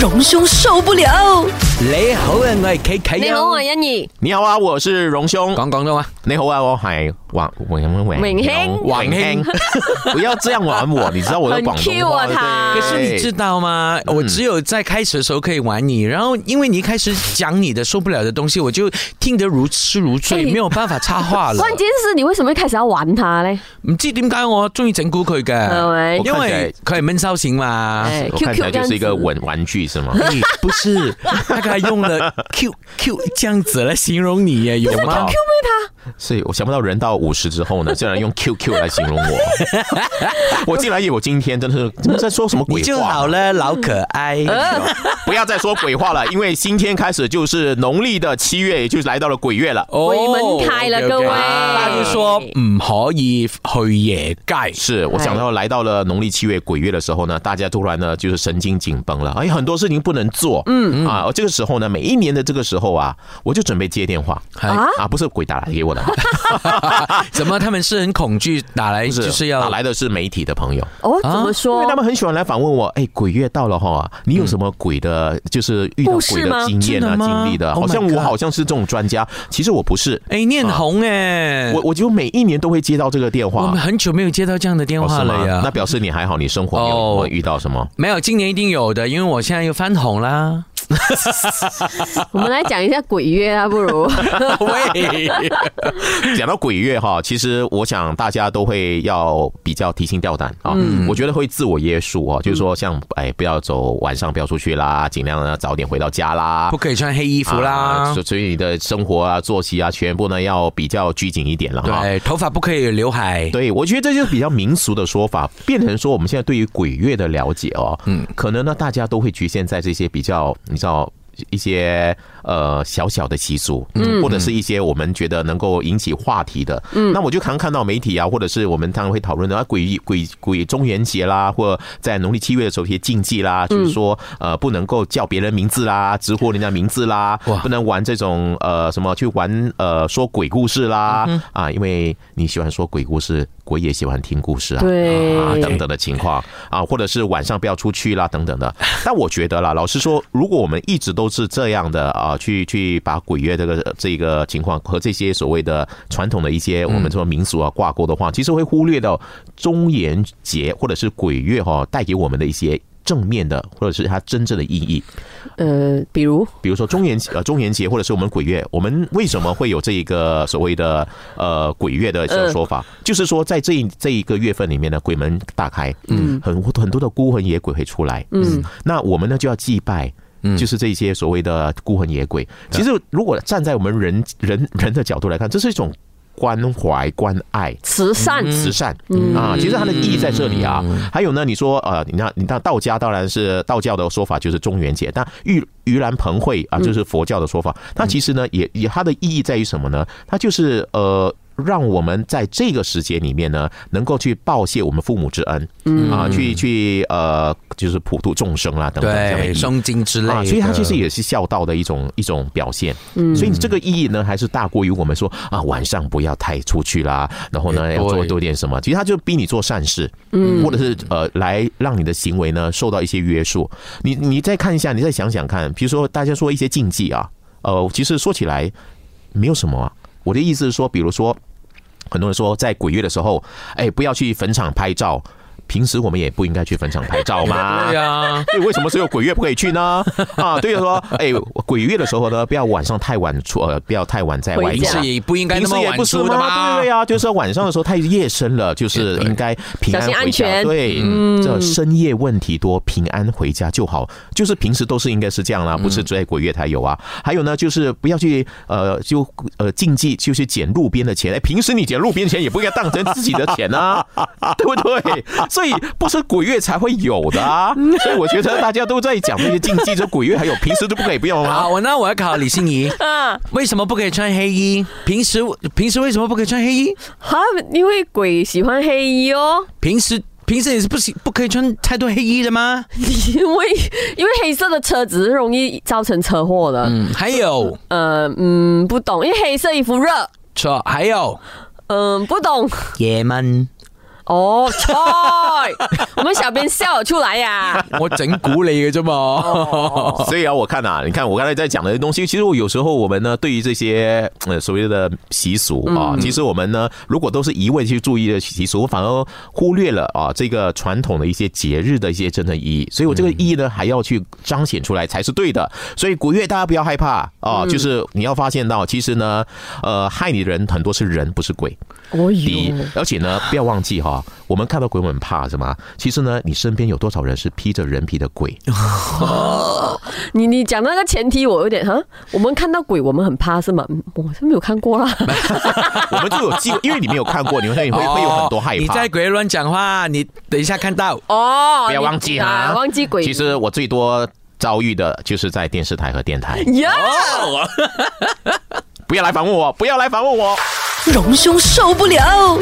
隆兄受不了。你好啊，我系 K K 你好，我係欣怡，你好啊，我是荣兄。讲广东话，你好啊，我系王王荣荣明兄王兴， 不要这样玩我，你知道我的很广 Q 东啊话。他对可是你知道吗？哎我只有在开始的时候可以玩你，然后因为你一开始讲你的受不了的东西，我就听得如痴如醉，哎没有办法插 话了。关键是你为什么一开始要玩他呢？唔知點解我中意整蠱佢係咪嘅，因為佢係闷骚型嘛。哎我看起来就是一个这样子玩玩具是吗？ 哎不是，大概用了 Q Q 这样子来形容你耶，有吗？所以我想不到人到五十之后呢，竟然用 QQ 来形容我。 我竟然以为我今天真的是真的在说什么你鬼就话好吗？了，老可爱。呃不要再说鬼话了，因为今天开始就是农历的七月，也就是来到了鬼月了。哦鬼門開了 OK，OK 各位他就說唔可以去夜街。是我想到来到了农历七月鬼月的时候呢，大家突然呢就是神经紧绷了，哎，很多事情不能做，嗯啊，这个时候呢，每一年的这个时候啊，我就准备接电话啊啊不是鬼打来给我 的，怎么他們是很恐懼打來不就是是要打来的是媒体的朋友，哦，怎么因说为？他们很喜欢来反问我，哎，鬼月到了哈，你有什么鬼的，就是遇到故事鬼吗的经验真啊、的吗经历的， Oh my 好像我 God 好像是这种专家，其实我不是，哎、念红哎，啊我我就每一年都会接到这个电我话们，很久没有接到这样的电哦话是吗了呀。那表示你还好，你生活没有哦没有遇到什么。没有，今年一定有的，因为我现在又翻红 啦。我们来讲一下鬼月啊，不如喂， 讲到鬼月哈，其实我想大家都会要比较提心吊胆啊。嗯我觉得会自我约束哦，就是说像哎，不要走晚上，不要出去啦，尽量呢早点回到家啦 不。可以穿黑衣服啦啊，所所以你的生活啊、作息啊，全部呢要比较拘谨一点了哈。对，头发不可以有刘海。啊对，我觉得这就是比较民俗的说法，变成说我们现在对于鬼月的了解哦，嗯，可能呢大家都会局限在这些比较，你知道。一些呃小小的习俗，嗯，或者是一些我们觉得能够引起话题的，嗯，那我就常看到媒体啊，或者是我们常常会讨论的啊，鬼鬼鬼中元节啦，或在农历七月的时候一些禁忌啦，就是说呃不能够叫别人名字啦，直呼人家名字啦哇，不能玩这种呃什么去玩呃说鬼故事啦、啊，因为你喜欢说鬼故事，鬼也喜欢听故事啊，对啊等等的情况啊，或者是晚上不要出去啦等等的。 但我觉得啦，老实说，如果我们一直都是这样的啊，去去把鬼月这个这个情况和这些所谓的传统的一些我们说民俗啊挂钩的话，其实会忽略到中元节或者是鬼月哈、带给我们的一些。正面的，或者是它真正的意义，呃，比如比如说中元呃中元节，或者是我们鬼月，我们为什么会有这一个所谓的呃鬼月的这种说法？就是说在这一这一个月份里面呢，鬼门大开，嗯，很很多的孤魂野鬼会出来，嗯，那我们呢就要祭拜。就是这些所谓的孤魂野鬼，其实如果站在我们人人人的角度来看，这是一种关怀关爱，慈善，慈善、嗯啊，其实它的意义在这里啊。还有呢，你说呃，你那你那道家当然是道教的说法就是中元节，但盂盂兰盆会啊就是佛教的说法。它其实呢也也它的意义在于什么呢？它就是呃。让我们在这个时节里面呢，能够去报谢我们父母之恩，嗯啊，去去呃，就是普度众生啦，等等这样的意对，义。松筋之类的、啊，所以它其实也是孝道的一种一种表现。嗯，所以这个意义呢，还是大过于我们说啊，晚上不要太出去啦，然后呢哎要做对多点什么。其实他就逼你做善事，嗯，或者是呃，来让你的行为呢受到一些约束。你你再看一下，你再想想看，比如说大家说一些禁忌啊，呃，其实说起来没有什么、啊。我的意思是说，比如说很多人说在鬼月的时候，哎，不要去坟场拍照。平时我们也不应该去坟场拍 照嘛，对 啊，对，为什么只有鬼月不可以去呢？啊，对说，哎，鬼月的时候呢，不要晚上太晚出，呃，不要太晚在外回面家啊。是也不应该平那时么也不晚是出的吗？嘛。对呀、就是晚上的时候太夜深了，就是应该平安小心安回家。全对，嗯这深夜问题多，平安回家就好。就是平时都是应该是这样啦，嗯不是只有鬼月才有啊。还有呢，就是不要去呃，就呃禁忌，就是捡路边的钱。哎，平时你捡路边钱也不应该当成自己的钱啊， 对不对？所以不是鬼月才会有的啊。所以我觉得大家都在讲那些禁忌，这鬼月还有，平时都不可以不用啊。好，我那我要考李心怡，啊为什么不可以穿黑衣？平时平时为什么不可以穿黑衣？哈，啊因为鬼喜欢黑衣哦， 平时平时你是不行不可以穿太多黑衣的吗？因为因为黑色的车子是容易造成车祸的。嗯，还有呃嗯，不懂，因为黑色衣服热。错，还有嗯，不懂。也门哦，菜，我们小编笑了出来 呀。我整蛊你嘅啫嘛。 所以啊，我看啊，你看我刚才在讲的东西，其实我有时候我们呢，对于这些呃所谓的习俗啊，其实我们呢，如果都是一味去注意的习俗，反而忽略了啊这个传统的一些节日的一些真正意义。所以我这个意义呢，还要去彰显出来才是对的。所以古月大家不要害怕啊，就是你要发现到，其实呢，呃，害你的人很多是人，不是鬼。哦第一，而且呢，不要忘记哈、我们看到鬼我们很怕是吗？其实呢，你身边有多少人是披着人皮的鬼？你你讲那个前提，我有点哈，我们看到鬼，我们很怕是吗？嗯我是没有看过啦。我们就有机会，因为你没有看过，你会会会有很多害哦你怕在。鬼乱讲话，你等一下看到。 哦，不要忘记哈，你忘记鬼。其实我最多遭遇的就是在电视台和电台。呀，哦不要来访问我，不要来访问我。荣兄受不了。